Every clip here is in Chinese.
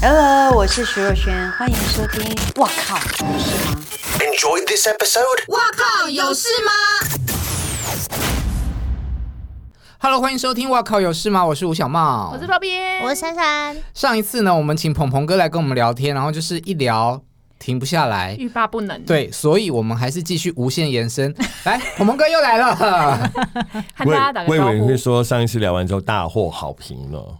Hello，我是徐若瑄，欢迎收听。哇靠，有事吗？ Enjoyed this episode? 哇靠，有事吗？ Hello，欢迎收听《哇靠有事吗》，我是吴小茂，我是包边，我是珊珊，上一次呢，我们请鹏鹏哥来跟我们聊天，然后就是一聊停不下来，欲罢不能。，对，所以我们还是继续无限延伸。来，鹏鹏哥又来了，和大家打个魏招魏伟呼会，说上一次聊完之后大获好哦评了，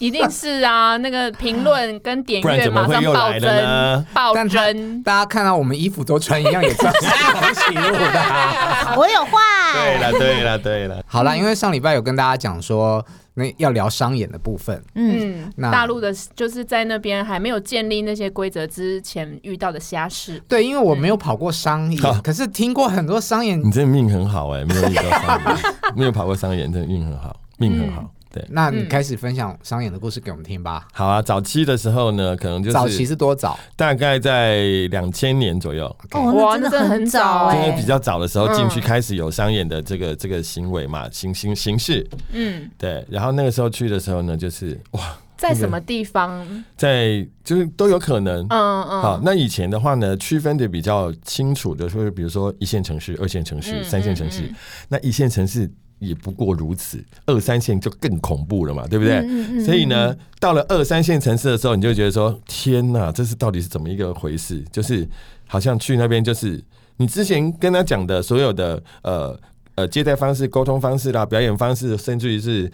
一定是啊，那个评论跟点不然阅怎么马会上又暴来了增呢，暴但他增。大家看到我们衣服都穿一样，也算是 很喜怒的啊。我有话，对了对了对了，好啦，因为上礼拜有跟大家讲说，那要聊商演的部分，嗯，那大陆的就是在那边还没有建立那些规则之前遇到的瞎事，对，因为我没有跑过商演，好可是听过很多商演你。真的命很好哎、没有遇到商演， 没有跑过商演，真的运很好，命很好。对，那你开始分享商演的故事给我们听吧。好啊，早期的时候呢，可能就早期是是多早？大概在两千年左右，哦，哇那真的那真的很很早早欸因为哎比，较早的时候进嗯去开始有商演的这个这个行为嘛，形形形式。嗯，对，然后那个时候去的时候呢，就是哇，在什么地方？在就是都有可能，嗯嗯，好，那以前的话呢，区分的比较清楚的，就是比如说一线城市、二线城市、嗯三线城市。那一线城市也不过如此，二三线就更恐怖了嘛，对不嗯对？所以呢，到了二三线城市的时候，你就觉得说：天哪，这是到底是怎么一个回事？就是好像去那边就是你之前跟他讲的所有的呃。呃，接待方式、沟通方式啦，表演方式，甚至于是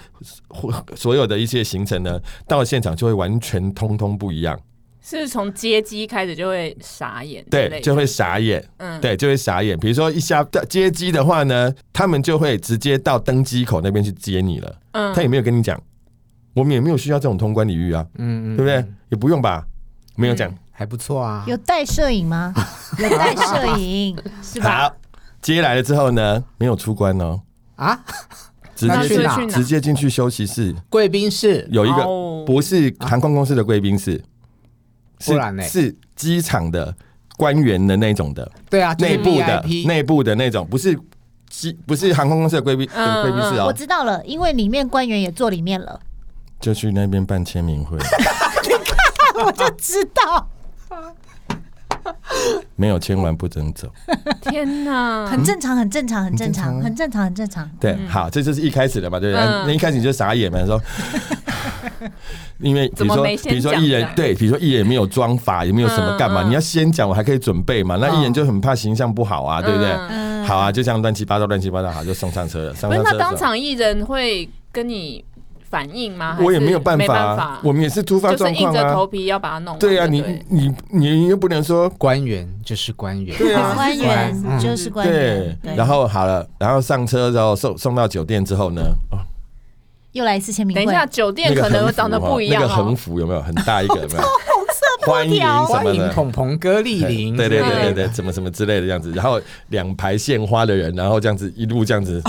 或所有的一些行程呢，到了现场就会完全通通不一样。是从接机开始就会傻眼之类的，对，就会傻眼，嗯对，就会傻眼。比如说一下到接机的话呢，他们就会直接到登机口那边去接你了，嗯他也没有跟你讲，我们也没有需要这种通关礼遇啊，嗯对不对？也不用吧，没有讲，嗯还不错啊。有带摄影 吗？有带摄影，是吧？好，接来了之后呢，没有出关哦，啊，直那接去进哪直接进去休息室，贵宾室有一个哦不是航空公司的贵宾室，是不然呢是机场的官员的那种的。对啊，就是内部的 VIP 内部的那种，不是机不是航空公司的贵宾嗯的贵宾室我哦，知道了，因为里面官员也坐里面了，就去那边办签名 会，我就知道，没有签完不准走。天哪！嗯很正常，很正常，很正常，很很正常，很正常。对，好，这就是一开始的嘛，对不对？嗯那一开始你就傻眼嘛，说。 因为比怎如么说，没先比如说讲艺这人样对，比如说艺人没有装法，也没有什么干嗯嘛，嗯嗯你要先讲，我还可以准备嘛。那艺人就很怕形象不好啊，对不对？好啊，就这样乱七八糟，乱七八糟，好就送上车了。上不是上那车的当时候，场艺人会跟你反应吗？还是我也没有办没法办啊，我们也是突发就是状硬况着啊头。皮要把它弄完就对对啊，你你你又不能说官员就是官员，对啊官员就是官员对，，然后好了，然后上车之后送送到酒店之后呢，哦，又来一次签名等会一，下，酒店可能长得不一样那个横哦。幅有没有很大一个？ 有没有欢迎什欢么迎的？捧捧哥莅临，对对对对对，嗯对，怎么什么之类的这样子，然后两排献花的人，然后这样子一路这样子，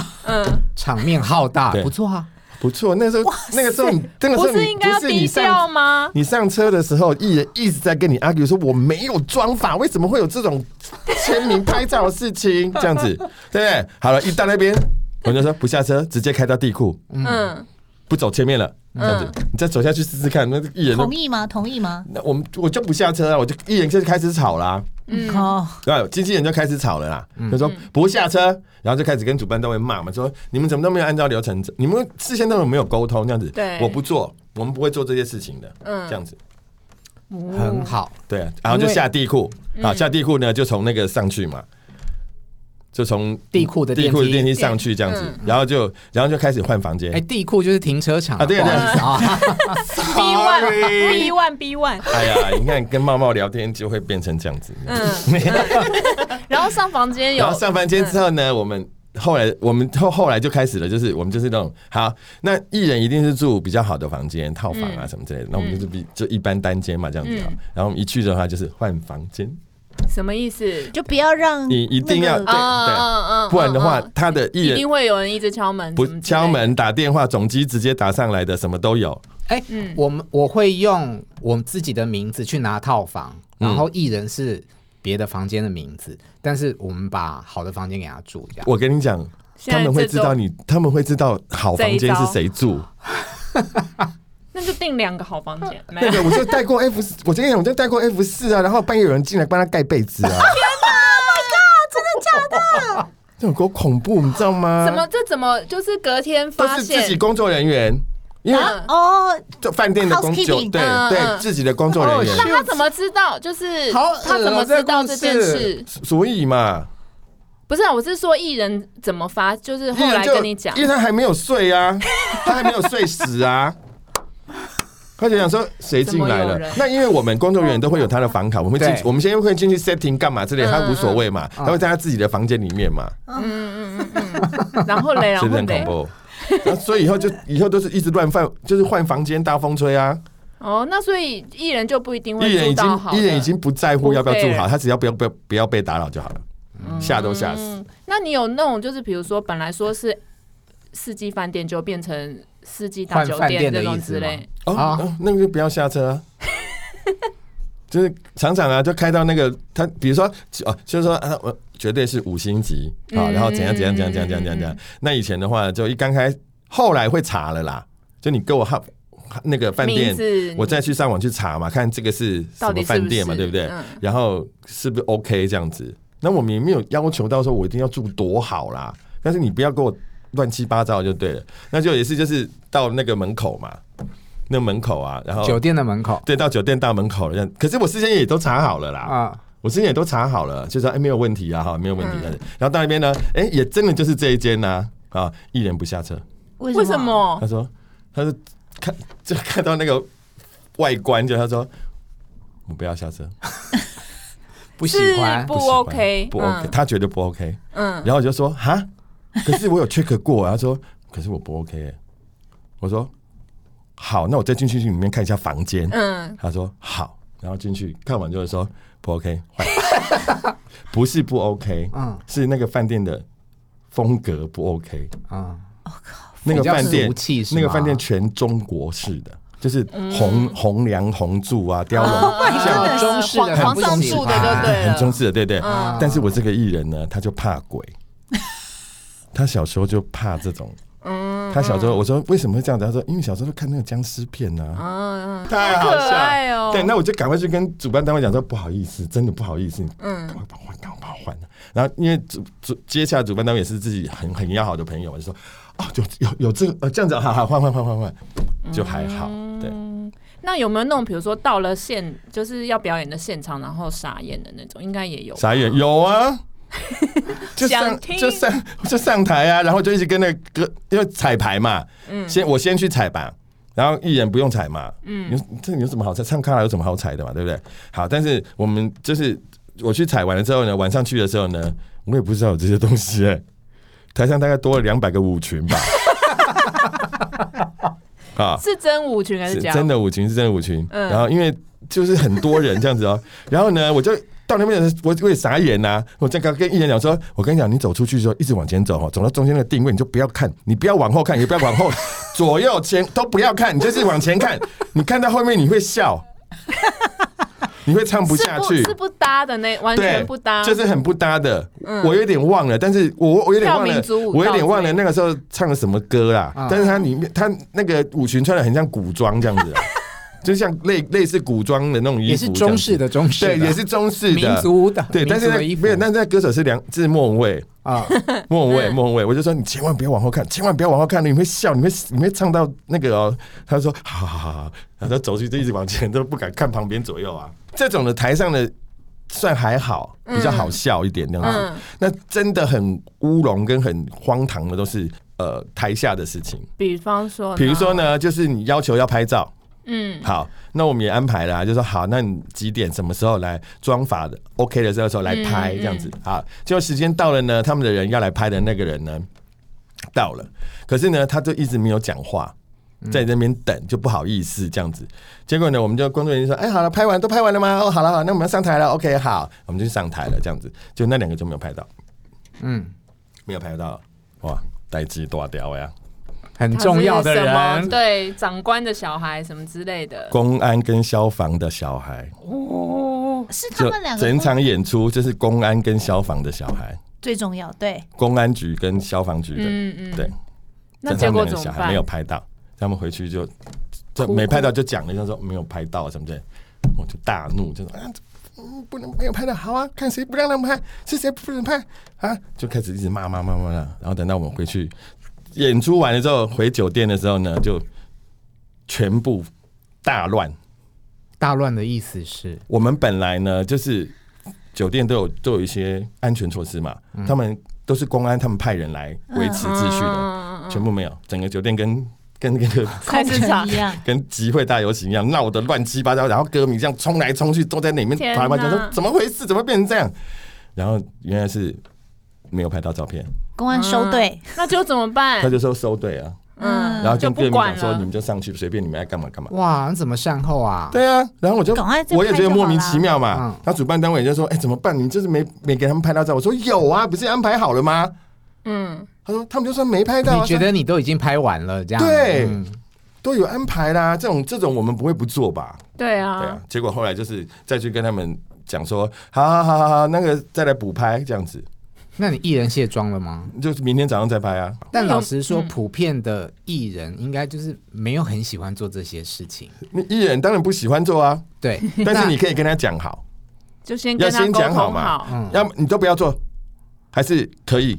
场面浩大，对不错啊。啊不错。那时候那个时候你那个不时候是你应该要不是你低调上吗？你上车的时候，艺人一直在跟你 argue 说我没有装法，为什么会有这种签名拍照的事情？这样子，对不对？好了，一到那边，我就说不下车，直接开到地库，嗯，不走前面了，这样子，你再走下去试试看。那个艺人都同，意吗？同意吗？那我们我就不下车啊了，我就艺人就开始吵啦，嗯哦，对，啊经纪人就开始吵了啦，就说不下车，然后就开始跟主办单位骂嘛，说你们怎么都没有按照流程走，你们事先都有没有沟通这样子？对我不做，我们不会做这些事情的，这样子。哦很好，对，啊然后就下地库啊，下地库呢就从那个上去嘛，就从地库的地电库的电梯，梯上去这样子，然后就然后就开始换房间哎，。地库就是停车场啊对啊不好意思啊， B one B one B one，哎呀，你看跟茂茂聊天就会变成这样子。嗯 然后上房间有然后上房间之后呢，我们后来我们后后来就开始了，就是我们就是那种好，那艺人一定是住比较好的房间、套房啊嗯什么之类的，那我们就是比就一般单间嘛这样子啊。然后我们一去的话就是换房间，嗯什么意思？就不要让你一定要那对个嗯对，嗯不然的话嗯嗯他的艺一人定会有人一直敲门，不什么之类的敲，门、打电话、总机直接打上来的，什么都有。 哎，嗯我们我会用我们自己的名字去拿套房，嗯然后艺人是别的房间的名字，但是我们把好的房间给他住，这样。我跟你讲，现在他们会知这道种你，他们会知道好房间是谁住。那就订两个好房间，没那有个我就带过 F 四，我今天我就带过 F 四啊，然后半夜有人进来帮他盖被子啊。天哪！Oh my god！真的假的？这有多恐怖，你知道吗？怎么这怎么就是隔天啊都发是自己现工作人员，因为啊哦，这饭店的工作， Housekeeping，对嗯对，嗯自己的工作人员哦那他怎么知道？就是好恶哦他怎么知道这件这个事？所以嘛，不是啊，我是说艺人怎么发，就是后来因为就跟你讲 因，为他还没有 睡啊，他还没有睡死啊。他就想说谁进来怎么了有人？那因为我们工作人员都会有他的房卡，我们进对我们先会进去 setting 干嘛之类，嗯他无所谓嘛，他会在他自己的房间里面嘛，然后 嘞，然是后不是很嘞恐，怖？然后所以以后就以后都是一直乱放，就是换房间大风吹啊。哦，那所以艺人就不一定艺会人住已到经好的。艺人已经不在乎要不要住不好， care 他只要不要不要不要被打扰就好了，吓都吓死。嗯，那你有那种就是比如说本来说是四季饭店，就变成四季大换酒饭店店这的种意之思类，哦，啊哦那个就不要下车、啊。 就是常常啊，就开到那个他，比如说哦，就是说啊，我绝对是五星级啊，嗯然后怎样怎样怎样怎样怎样怎样怎样。那以前的话，就一刚开，后来会查了啦。就你给我号那个饭名店，字我再去上网去查嘛，看这个是什到么底是不是饭店嘛，对不对嗯？然后是不是 OK 这样子？那我们也没有要求到说我一定要住多好啦，但是你不要给我乱七八糟就对了。那就也是就是到那个门口嘛，那门口啊，然后酒店的门口对到酒店大门口了这样。可是我事先也都查好了啦，啊，我之前也都查好了，就说哎、没有问题啊哈，没有问题。嗯然后到那边呢，哎、也真的就是这一间呐啊一人不下车。为为什？么他？说，他说看 就看到那个外观，就他说我不要下车，不喜是欢不不喜欢 OK，不 OK，、嗯他觉得不 OK。嗯，然后我就说哈，可是我有 check 过啊，他说可是我不 OK 欸、我说好，那我再进去里面看一下房间。嗯，他说好，然后进去看完就会说不 OK，换， 不是不 OK，嗯是那个饭店的风格不 OK。啊，哦那个比较饭店俗气是那个吗饭店全中国式的，就是嗯红红梁红柱啊，雕龙。像中式的皇很皇不上喜住的欢就对很中了。嗯式的，对对。但是我这个艺人呢，他就怕鬼， 他小时候就怕这种。嗯他小时候，我说为什么会这样子？他说因为小时候看那个僵尸片啊，嗯，嗯太好好可爱笑。哦对，那我就赶快去跟主办单位讲说，不好意思，真的不好意思，嗯，赶快帮我换，赶快帮我换啊。然后因为主主接下来主办单位也是自己很很要好的朋友嘛，就说哦，有有有这个，呃，这样子啊，好好换换换换换，就还好，嗯对。那有没有那种，比如说到了现，就是要表演的现场，然后傻眼的那种，应该也有。傻眼有 啊，就上想听就上就上台啊，然后就一直跟那个歌，因为彩排嘛，嗯先我先去彩吧，然后艺人不用彩嘛，嗯，有这有什么好彩？唱卡拉有什么好彩的嘛，对不对？好，但是我们就是我去彩完了之后呢，晚上去的时候呢，我也不知道有这些东西、欸， 台上大概多了两百个舞群吧， 啊，是真舞群还是是假？真的舞群，是真的舞群。嗯然后因为就是很多人这样子哦，然后呢，我就到那边的时候我我也傻眼呐、我正刚跟艺人讲说，我跟你讲，你走出去之后一直往前走哦，走到中间那个定位你就不要看，你不要往后看，也不要往后左右前都不要看，你就是往前看，你看到后面你会笑，你会唱不是下去。是不搭的那，完对，全不搭。嗯就是很不搭的。我有点忘了，但是我我有点忘跳了民族舞，蹈我有点忘了那个时候唱了什么歌啦。啊但是它里面，它那个舞裙穿的很像古装这样子啊， 就像类类似古装的那种衣服，也是中式，的中式的，对，也是中式的民族舞蹈对，民但族是的那衣服没有，但是那歌手是梁是莫文蔚。啊，莫文蔚，莫文蔚，我就说你千万不要往后看，千万不要往后看，你会笑，你会你会唱到那个哦。他说好好好好，然后他走出去就一直往前，都不敢看旁边左右啊。这种的台上的算还好，比较好笑一点这样子。嗯那真的很乌龙跟很荒唐的都是呃台下的事情。比方说，比如说，呢，就是你要求要拍照，嗯，好，那我们也安排了、啊，就说好，那你几点什么时候来妆法的 OK 的时候时候来拍嗯这样子好，结果时间到了呢，他们的人要来拍的那个人呢到了，可是呢他就一直没有讲话。在那边等就不好意思这样子，结果呢，我们就工作人员说：“哎，好了，拍完都拍完了吗？哦，好了好了，那我们要上台了。OK，好，我们就上台了。这样子，就那两个就没有拍到，嗯，没有拍到，哇，呆鸡大雕呀！很重要的他是什么人，对长官的小孩什么之类的。公安跟消防的小孩，是他就们两个整不场演出就是公安跟消防的小孩，最重要，对，公安局跟消防局的，嗯嗯，对，那整结场果两个怎么小孩办没有拍到，他们回去就就哭没拍到就讲了，就说没有拍到什么的，我就大怒，就说啊。嗯不能没有拍到，好啊，看谁不让他们拍，是谁不能拍啊？就开始一直骂骂骂骂骂，然后等到我们回去演出完了之后，回酒店的时候呢，就全部大乱。大乱的意思是，我们本来呢，就是酒店都有都有一些安全措施嘛，他们都是公安他们派人来维持秩序嗯的，全部没有，整个酒店跟 跟那个菜市空场城一样，跟集会大游行一样闹得乱七八糟，然后歌迷这样冲来冲去，都在里面天跑来跑去，哪说怎么回事？怎么变成这样？然后原来是没有拍到照片，嗯公安收队，嗯那就怎么办他？就说收队啊，嗯，然后就跟歌不迷管讲说了你们就上去随便你们爱干嘛干嘛。哇，你怎么善后啊？对啊，然后我就赶快再我也拍觉得就莫好名啦其妙嘛嗯。那主办单位就说：“哎、怎么办？你就是没没给他们拍到照。”我说：“有啊，不是安排好了吗？”嗯，他说：“他们就算没拍到啊、你觉得你都已经拍完了，这样对嗯都有安排啦？这种这种我们不会不做吧？对对啊啊。，结果后来就是再去跟他们讲说：“好好好好好，那个再来补拍这样子，那你艺人卸妆了吗？就是明天早上再拍啊。但老实说，普遍的艺人应该就是没有很喜欢做这些事情。”那艺人当然不喜欢做啊，对， 但 那是你可以跟他讲好，就先要跟他先沟讲通好嘛，嗯要么你都不要做，还是可以。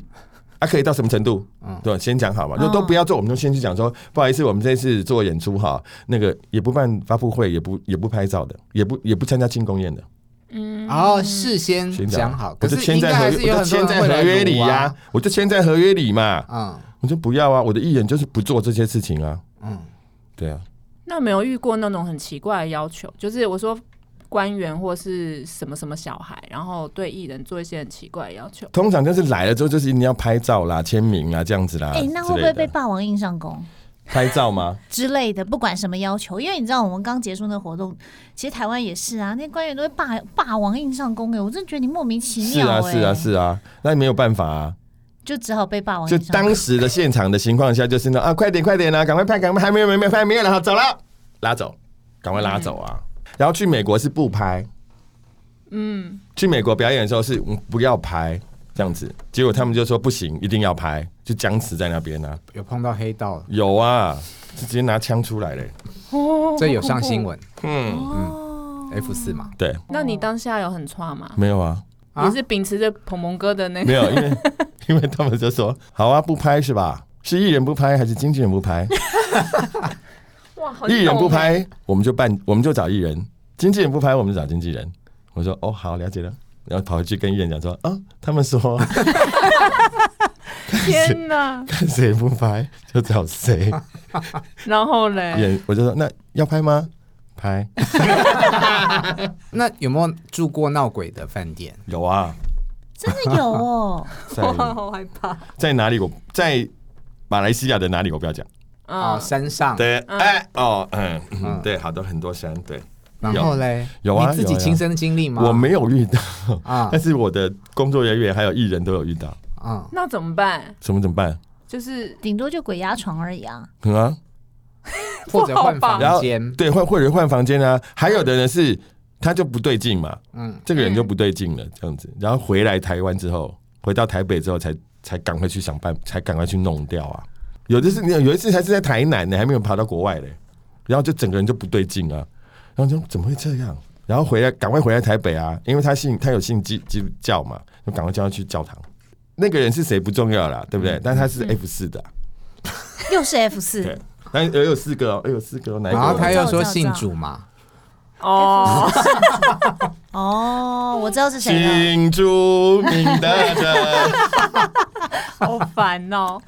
啊，可以到什么程度？嗯对，先讲好嘛，哦就都不要做，我们就先去讲说，不好意思，我们这次做演出哈，那个也不办发布会，也不也不拍照的，也不也不参加庆功宴的，哦，事先先讲好，我可就是签应在该合还是约，有我就很多签在人会合来约里撸呀啊。，我就签在合约里嘛，嗯，我就不要啊，我的艺人就是不做这些事情啊，嗯，对啊，那没有遇过那种很奇怪的要求，就是我说官员或是什么什么小孩，然后对艺人做一些很奇怪的要求。通常就是来了之后就是一定要拍照啦、签名啊这样子啦，哎、那会不之类会的被霸王硬上弓拍照吗？之类的？不管什么要求，因为你知道我们刚结束那活动，其实台湾也是啊，那官员都会霸霸王硬上弓哎、我真的觉得你莫名其是妙哎、啊，是啊，是啊，那没有办法啊。就只好被霸王就硬上弓。当时的现场的情况下，就是那种啊，快点，快点啊，赶快拍，赶快拍，没有，没有，没有拍，没有了，好，走了，拉走，赶快拉走啊。然后去美国是不拍，嗯，去美国表演的时候是嗯不要拍这样子，结果他们就说不行，一定要拍，就僵持在那边啊。有碰到黑道，有啊，就直接拿枪出来嘞、这有上新闻。嗯嗯，F 四嘛，对，那你当下有很差吗？没有啊，啊也是秉持着鹏鹏哥的那没个，有，因为 因为他们就说好啊，不拍是吧？是艺人不拍还是经纪人不拍？ 哇，好艺人不懂欸，拍，我们就办，我们就找艺人；经纪人不拍，我们就找经纪人。我说哦，好，了解了。然后跑回去跟艺人讲说啊，他们说 天哪！看谁不拍就找谁然后嘞，演，我就说那要拍吗？拍那有没有住过闹鬼的饭店？有啊，真的有哦，在好害怕 在哪里我？在马来西亚的哪里？我不要讲。哦，啊！山上。 对，哎、哦，嗯，嗯对，好多很多山，对然后嘞，有啊你自己有啊亲身经历吗？ 我没有遇到，啊但是我的工作人员还有艺人都有遇到， 啊，那怎么办？什么怎么办？就是顶多就鬼压床而已啊。嗯啊，或者换然房后间。对换或者换房间啊，还有的人是他就不对劲嘛，嗯，这个人就不对劲了，这样子，然后回来台湾之后，回到台北之后才才赶快去想办，才赶快去弄掉啊。有的是有一次还是在台南呢，还没有跑到国外嘞，然后就整个人就不对劲啊，然后就怎么会这样？然后回来赶快回来台北啊，因为他信他有信基基督教嘛，就赶快叫他去教堂。那个人是谁不重要啦，对嗯不对？但他是 F 四的啊、 又是 F 四对，但也有四个哦，也有四个哦，哪一个然哦？后他又我知道说我知道信主嘛，哦，哦，我知道是谁了。请注明的的好烦 哦！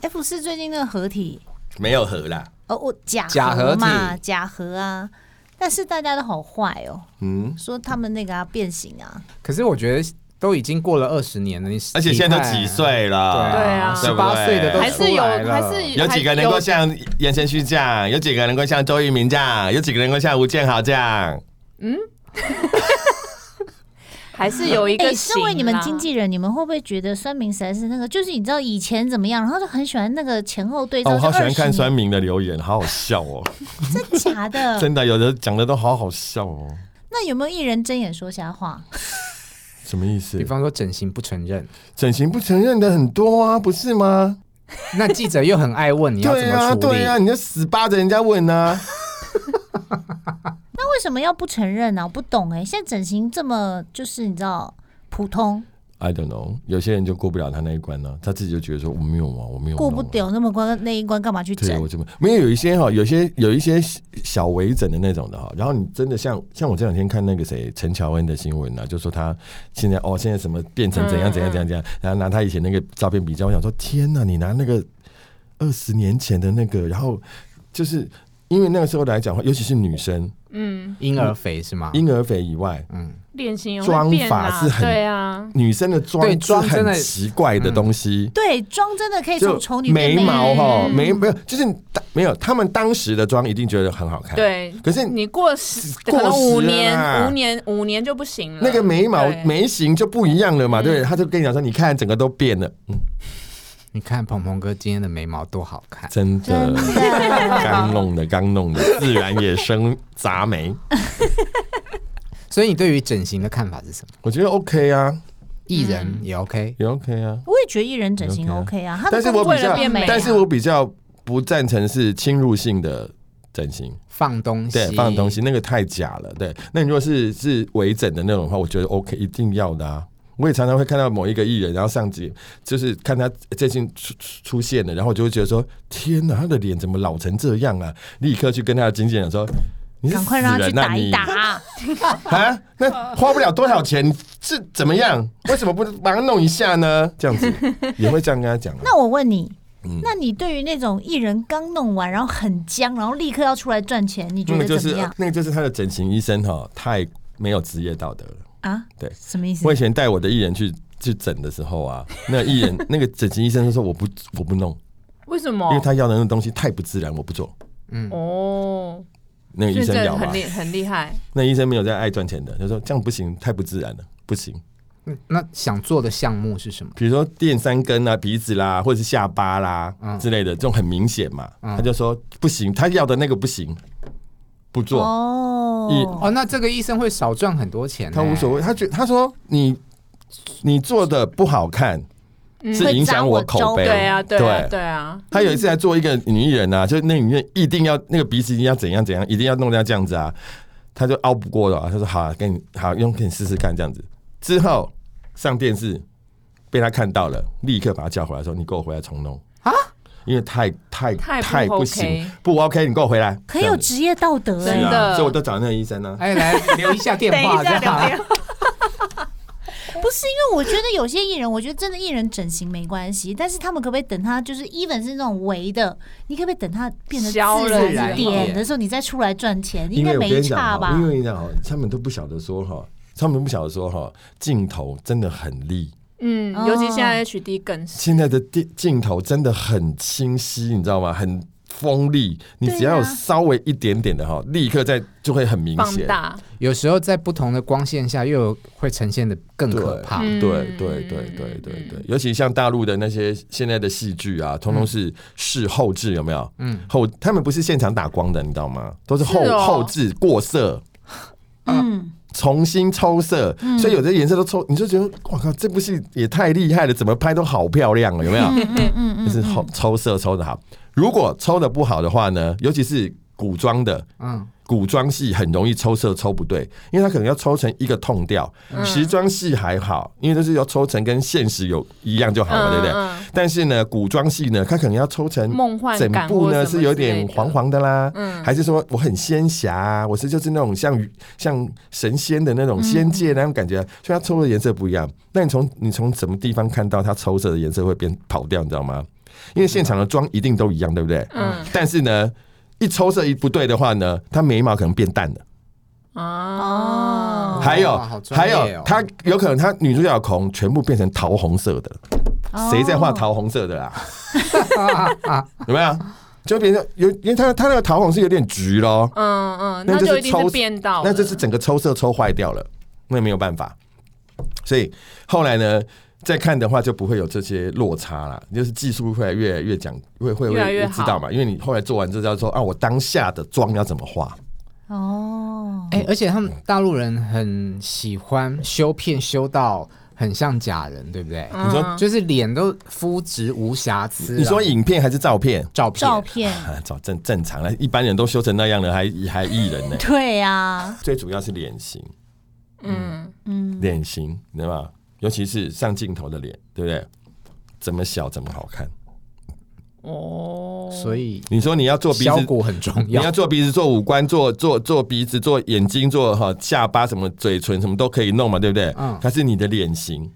F 四最近那个合体，没有和啦，哦，我假假合合体嘛，假合啊。但是大家都好坏哦，嗯，说他们那个啊变形啊，可是我觉得都已经过了二十年了，你而且现在都几？岁了，对啊，对十啊八岁的都还是有，出来了还是有几个能够像严承旭这样，有几个能够像周渝民这样，有几个能够像吴建豪这样，还是有一哎、个型啦。啊身为你们经纪人，你们会不会觉得酸民实在是那个？就是你知道以前怎么样，然后就很喜欢那个前后对照。哦，我好喜欢看就20酸民的留言，好好笑哦， 年，真假 的？真的，有的讲的都好好笑哦，那有没有艺人睁眼说瞎话？什么意思比？方说整形不承认，整形不承认的很多啊，不是吗？那记者又很爱问你要怎对啊，么处对理， 啊，你就死扒着人家问啊，那为什么要不承认呢、我不懂哎、现在整形这么就是你知道普通 I don't know，有些人就过不了他那一关呢、他自己就觉得说我没有啊，我没有过弄不啊了那么关那一关，干嘛去对，整我？这么没有有一些哈，有些有一些小微整的那种的哈，然后你真的像像我这两天看那个谁陈乔恩的新闻呢、啊就说他现在哦，现在什么变成怎样怎样怎样怎样，然后拿他以前那个照片比较，我想说天哪，你拿那个二十年前的那个，然后就是因为那个时候来讲话，尤其是女生嗯，婴儿肥是吗？婴儿肥以外，脸型也妆会变法啦是很对啊，女生的妆对妆是真的很奇怪的东西。对，妆真的可以就从丑女变眉美毛女哈，眉没有，就是当没有，他们当时的妆一定觉得很好看，对。可是你过十过可能五十了年，啦五年五年就不行了。那个眉毛对眉形就不一样了嘛，嗯对不对？他就跟你讲说，你看整个都变了，嗯你看鹏鹏哥今天的眉毛多好看，真真的，的。 刚弄的刚弄的，自然也生杂眉，所以你对于整形的看法是什么？我觉得 OK 啊，艺人也 OK，也 OK 啊，我也觉得艺人整形 OK OK 啊，他的但是我工作比较也变美啊但是我比较不赞成是侵入性的整形，放东西，对，放东西。那个太假了，对。那你如果是是微整的那种的话，我觉得 OK，一定要的啊。我也常常会看到某一个艺人，然后上集就是看他最近出出出现了，然后我就会觉得说：天哪，他的脸怎么老成这样啊！立刻去跟他的经纪人讲说：你是赶快死让他去人啊打一你打。啊！那花不了多少钱是怎么样？为什么不把它弄一下呢？这样子也会这样跟他 讲、啊。那我问你嗯。那你对于那种艺人刚弄完，然后很僵，然后立刻要出来赚钱，你觉那得个就怎是么样那个就是他的整形医生哈、太没有职业道德了。啊？对什么 意思我？以前带我的艺人去去诊的时候啊，那艺人那个整形医生就说我不我不弄，为什因为么？他要的那东西太不自然，我不做。哦，那所个嗯医以生这聊很吧，厉很厉害，那医生没有在爱赚钱的，他说这样不行，太不自然了，不行。嗯那想做的项目是什么？比如说垫三根啊、鼻子啦，或者是下巴啦、嗯之类的，这种很明显嘛，他就说不行，他要的那个不行，不做。一哦，哦，那这个医生会少赚很多钱、他无所。谓，他觉他说你你做的不好看，嗯是影响我口碑。会对啊，对啊，对啊，他有一次还做一个女艺人啊，就是那女艺人一定要那个鼻子一定要怎样怎样，一定要弄到这样子啊，他就拗不过了、啊，他说好、啊，跟你好用给你试试看这样子。之后上电视被他看到了，立刻把他叫回来说：“你给我回来重弄啊！”因为太太太不不 OK 行，不 OK，你给我回来。可以这有样子职业道德真哎的。是啊所以我都找那个医生呢、啊。哎，来 留一下电话，这样。不是因为我觉得有些艺人，我觉得真的艺人整形没关系，但是他们可不可以等他就是 even 是那种围的，你可不可以等他变得消自了然一自然一点点的时候，你再出来赚钱，应因该为我跟没你差讲哈，吧因？为我跟你讲哈，他们都不晓得说哈，他们都不晓得说哈，镜头真的很利。嗯，哦尤其现在 HD 更是，现在的电镜头真的很清晰，你知道吗？很锋利，你只要有稍微一点点的哈，立刻在就会很明放显。大，有时候在不同的光线下，又有会呈现的更对可怕。嗯对对对对对对，尤其像大陆的那些现在的戏剧啊，通通是事后置，有没有？嗯，后他们不是现场打光的，你知道吗？都是后是哦后置过色，嗯，重新抽色，所以有的颜色都抽，你就觉得哇靠，这部戏也太厉害了，怎么拍都好漂亮了，有没有？嗯就是抽抽色抽的好。如果抽的不好的话呢，尤其是古装的，嗯，古装戏很容易抽色抽不对，因为它可能要抽成一个痛调。嗯时装戏还好，因为都是要抽成跟现实有一样就好了，对不对？嗯但是呢，古装戏呢，它可能要抽成梦幻整感部或呢什么是有之类点的黄黄的啦，嗯还是说我很仙侠、啊，我是就是那种像像神仙的那种仙界那种感觉啊，所以它抽的颜色不一样。那你从你从什么地方看到它抽色的颜色会变跑掉，你知道吗？因为现场的妆一定都一样，对不对？嗯但是呢，一抽色一不对的话呢，它眉毛可能变淡了。啊，哦还有好专还业哦有，她有可能她女主角的孔全部变成桃红色的，哦谁在画桃红色的啦？ 有没有？就变成有，因为她她那个桃红是有点橘咯，嗯嗯，那那就是就一定抽是变到了，那就是整个抽色抽坏掉了，那没有办法。所以后来呢，再看的话就不会有这些落差啦，就是技术会越来越讲，会会越来越会知道好嘛，因为你后来做完之后要说啊，我当下的妆要怎么画，哦，哎、而且他们大陆人很喜欢修片，修到很像假人，对不对？你说就是脸都肤质无瑕疵。啊你说然后影片还是照片？照片？照片，？啊，照正正常了，一般人都修成那样了，还还艺人 呢对啊呀，最主要是脸型，嗯，脸型，你知道吗？尤其是上镜头的脸，对不对？怎么小怎么好看。哦，所以你说你要做鼻削子，骨很重你要要。做鼻子、做五官、做做做鼻子、做眼睛、做哈下巴、什么嘴唇什么都可以弄嘛，对不对？嗯可是你的脸型，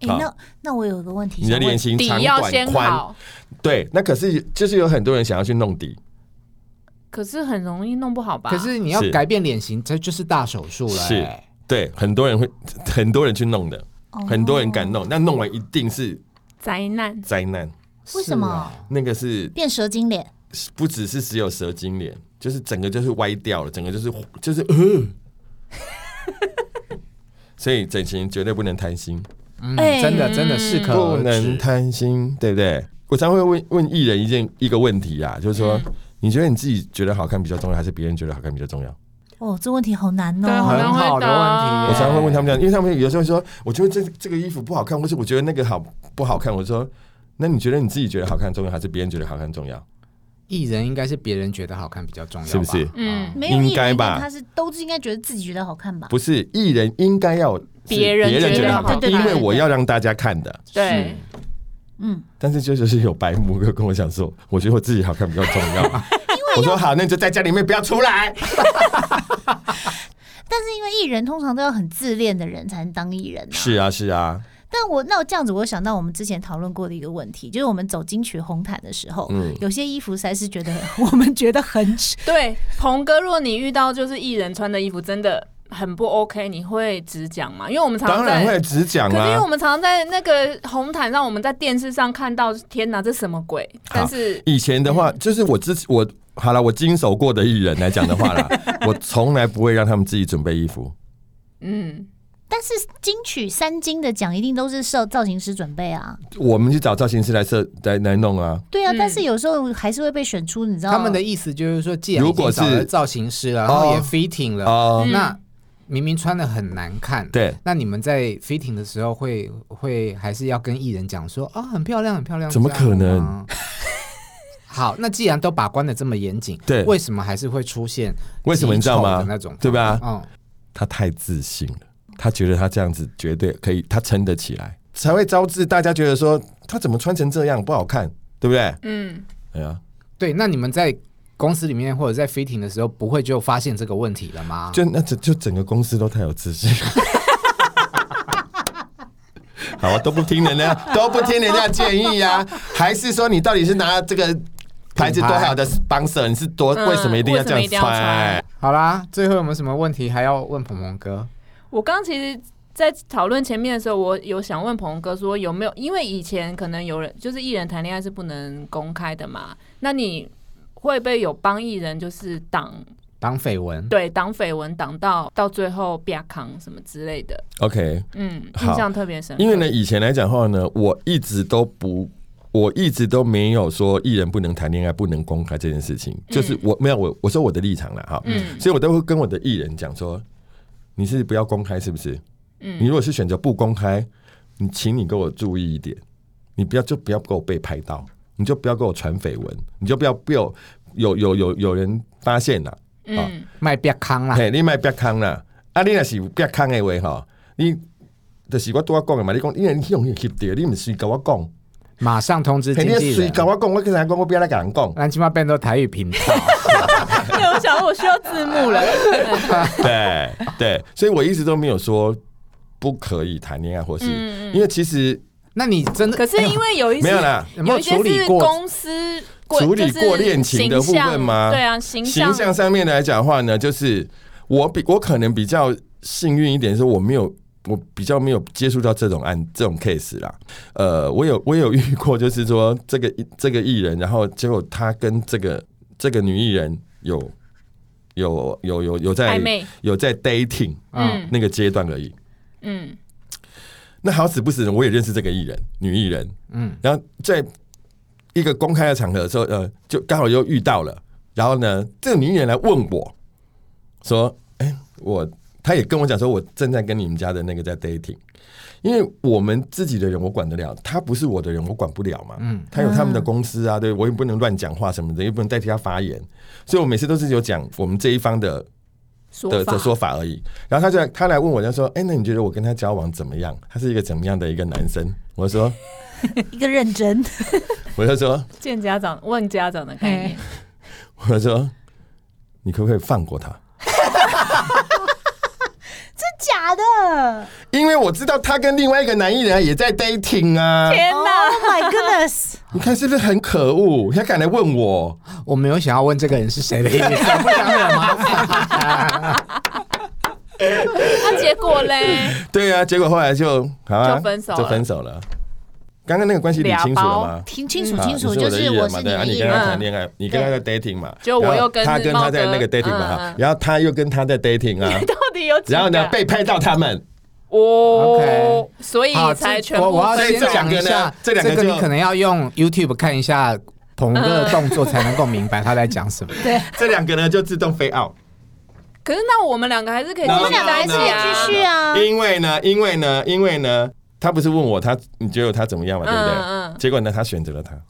哎，好那那我有个问题你想的问，脸型底长要短先宽，好，对，那可是就是有很多人想要去弄底，可是很容易弄不好吧？可是你要是改变脸型，这就是大手术了、是哎对，很多人会， 很多人去弄的，很多人敢弄，那弄完一定是灾难，灾难。为什么是啊那个是变蛇精脸，不只是只有蛇精脸，就是整个就是歪掉了，整个就是就是呃，所以整形绝对不能贪心，嗯，哎真的真的适可不而能止。贪心，对不对？我常会问问艺人一件一个问题啊，就是说，你觉得你自己觉得好看比较重要，还是别人觉得好看比较重要？哦，这问题好难对哦。很啊好的问题耶，我常常会问他们嗯这样，因为他们有时候说，我觉得这这个衣服不好看，或是我觉得那个好不好看，我说，那你觉得你自己觉得好看重要，还是别人觉得好看重要？艺人应该是别人觉得好看比较重要吧，是不是嗯，没有应艺人该吧他是都是应该觉得自己觉得好看吧？不是艺人应该要是别人别人觉觉得得好好看看，因为我要让大家看的。对，但是就就是有白目哥跟我讲说，我觉得我自己好看比较重要。我说好，那你就在家里面不要出来。但是因为艺人通常都要很自恋的人才能当艺人、啊，是啊，是啊，但我那我这样子，我想到我们之前讨论过的一个问题，就是我们走金曲红毯的时候，嗯有些衣服实在是觉得我们觉得很 丑，对，鹏哥，如果你遇到就是艺人穿的衣服真的很不 OK，你会直讲吗？因为我们常当常在然，会只讲可是因为啊我。们常常在那个红毯上，我们在电视上看到，天哪，这什么鬼？但是以前的话，就是我之前我好了，我经手过的艺人来讲的话 啦，我从来不会让他们自己准备衣服。嗯，但是金曲三金的奖一定都是受造型师准备啊，我们去找造型师来设来来弄啊。对啊，嗯但是有时候还是会被选出，你知道他们的意思就是说，既然如果已经找是了造型师了，然后也哦 fitting 了，嗯哦，那明明穿的很难看，对，那你们在 fitting 的时候会会还是要跟艺人讲说啊、很漂亮，很漂亮，怎么可能这样吗？ 好，那既然都把关的这么严谨，对为什么还是会出现为什么你知道极丑吗的那种，对吧嗯，他太自信了，他觉得他这样子绝对可以，他撑得起来，才会招致大家觉得说他怎么穿成这样不好看，对不对？嗯，哎呀，对，那你们在公司里面或者在 fitting 的时候，不会就发现这个问题了吗？就那整就整个公司都太有自信。 好啊，都不听人家，都不听人家建议啊，还是说你到底是拿这个牌子多好的 sponsor，你是多、嗯为什么一定要这为什么样一定要穿穿？好啦，最后有没有什么问题还要问鹏鹏哥？我刚其实。在讨论前面的时候，我有想问鹏哥说有没有，因为以前可能有人就是艺人谈恋爱是不能公开的嘛，那你会不会有帮艺人就是挡当绯闻，对挡绯闻挡到到最后啪康什么之类的？ OK，嗯，印好象特别深刻。因为呢，以前来讲的话呢，我一直都不，我一直都没有说艺人不能谈恋爱、不能公开这件事情，就是我没有我我说我的立场了哈，嗯所以我都会跟我的艺人讲说，你是不要公开是不是？嗯你如果是选择不公开，你请你给我注意一点，你不要就不要给我被拍到，你就不要给我传绯闻，你就不要被我有有有有人发现了、啊嗯，卖别康啦，嘿，你卖别空啦，啊，你若是有别空的话吼，你就是我拄我讲的嘛，你讲你若用翕着，你毋是甲我讲，马上通知嘿，经你纪随人。，甲我讲，我跟人讲，我不要来甲人讲 咱起码变成台语 频道，对，我想我需要字幕 了。对对，所以我一直都没有说不可以谈恋爱，或是、嗯因为其实那你真的可是因为有一些没有啦，有没有一些处理是过？公司处理过恋情的部分吗就是形象对啊，形形象上面来讲的话呢，就是我比我可能比较幸运一点，是我没有。我比较没有接触到这种案这种 case 啦，呃，我有我有遇过，就是说这个这个艺人，然后结果他跟这个这个女艺人有有有有有在暧昧，有在 dating 嗯嗯那个阶段而已。嗯那好死不死，我也认识这个艺人，女艺人，嗯，然后在一个公开的场合的时候，呃，就刚好又遇到了。然后呢，这个女演员来问我说：“哎、我他也跟我讲说，我正在跟你们家的那个在 dating，因为我们自己的人我管得了，他不是我的人我管不了嘛。嗯，他有他们的公司啊，对我也不能乱讲话什么的，也不能代替他发言，所以我每次都是有讲我们这一方的的的说法而已。然后他就来他来问我，他说：“哎、那你觉得我跟他交往怎么样？他是一个怎么样的一个男生？”我说 一个认真，：“ 我就说，见家长问家长的概念，我就说，你可不可以放过 他？假的因为我知道他跟另外一个男艺人也在 dating 啊。天！Oh 哪！ my goodness！ 你看是不是很可恶？他敢来问我，我没有想要问这个人是谁的意思，不想惹麻烦。那结果 嘞？对啊，结果后来就好啊，就分手了就分手了。刚刚那个关系理清楚了俩吗？听清楚啊清楚，就你是是我的艺我人是嘛，你对啊，的艺你跟他人，谈恋爱，你跟他在 dating 嘛，嗯就我然后又跟他跟猫他在哥那个 dating 嗯嘛嗯，然后他又跟他在 dating 啊，到底有几个？ 然后呢被拍到 他们，哦 OK，所以好，才这全我部我要分这先手两讲个一呢下，这两个个就你可能要用 YouTube 看一下鹏哥的动作，才能够明白他在讲什么。这两个呢就自动飞 out。可是那我们两个还是可以然继后续呢在一起还啊是。继续啊因为呢，因为呢，因为呢，他不是问我他你觉得他怎么样嘛，对不对？嗯嗯结果呢，他选择了他。啊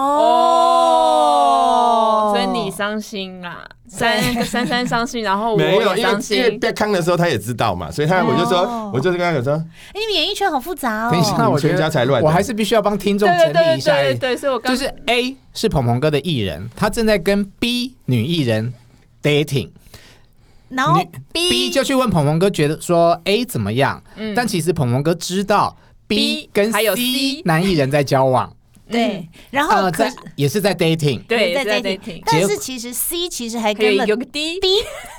哦，所以你伤心啦，三三三伤心，然后我没有，也因为伤因为心。被康的时候他也知道嘛，所以他我就说，哦我就是跟他讲说，哎，你们演艺圈好复杂哦。等一下，我觉全家才得乱我还是必须要帮听众对整对理对一下。对对，所以我刚就是 A 是鹏鹏哥的艺人，他正在跟 B 女艺人 dating。然后女 B 就去问鹏鹏哥，觉得说 A 怎么样？但其实鹏鹏哥知道 B B 跟还有 C C 男艺人在交往，对，然后呃，可在也是在 dating。对在在 dating， dating，但结是其实 C 其实还还有跟了有个 D， B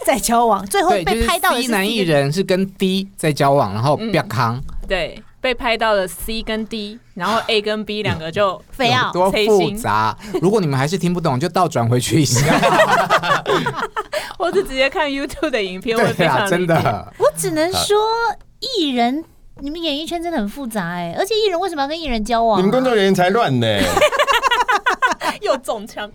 在交往，最后对，就被是拍到的 C 是男 C 艺人是跟 D 在交往，然后不要康，对，被拍到了 C 跟 D，然后 A 跟 B 两个 就非要多催复心杂。如果你们还是听不懂，就倒转回去一下。我是直接看 YouTube 的影 片，我会对非啊，常真理解。的。我只能说，艺人你们演艺圈真的很复杂哎、而且艺人为什么要跟艺人交往、你们工啊？作人员才乱 呢， 又中枪，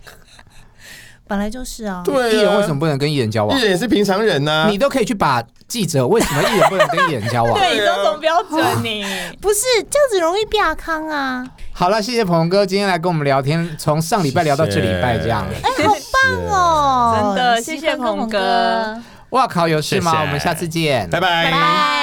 本来就是啊，对艺人为什么么？不能跟艺人交往艺？人也是平常人啊呐你，都可以去把记者为什么艺人不能跟艺人交往？对，你说什么标准你？ 不是这样子容易变阿康啊！好了，谢谢鹏哥今天来跟我们聊天，从上礼拜聊到这礼拜这样。哎，好棒哦，哦，真的喜谢谢欢跟鹏鹏哥哥，哇靠，有事吗？谢谢我们下次见，拜拜。拜。